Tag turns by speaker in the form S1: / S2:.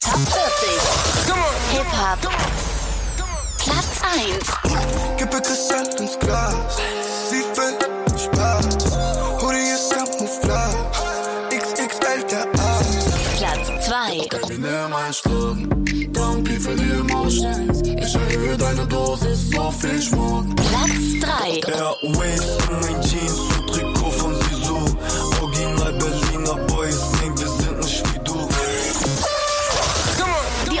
S1: Top 40. Hip-Hop. Platz 1.
S2: Gib ihr Kristall ins Glas. Sie will Spaß. Hoodie ist Camouflage. XXL der Arsch.
S1: Platz 2.
S2: Ich nehme einen Schluck. Danke für die Emotions. Ich erhöhe deine Dosis. So viel Schmuck.
S1: Platz 3.
S2: Airwaves in mein Jeans. und Trikot von Sisu. Original Berliner Boys. Nee, wir sind nicht wie du.
S1: Die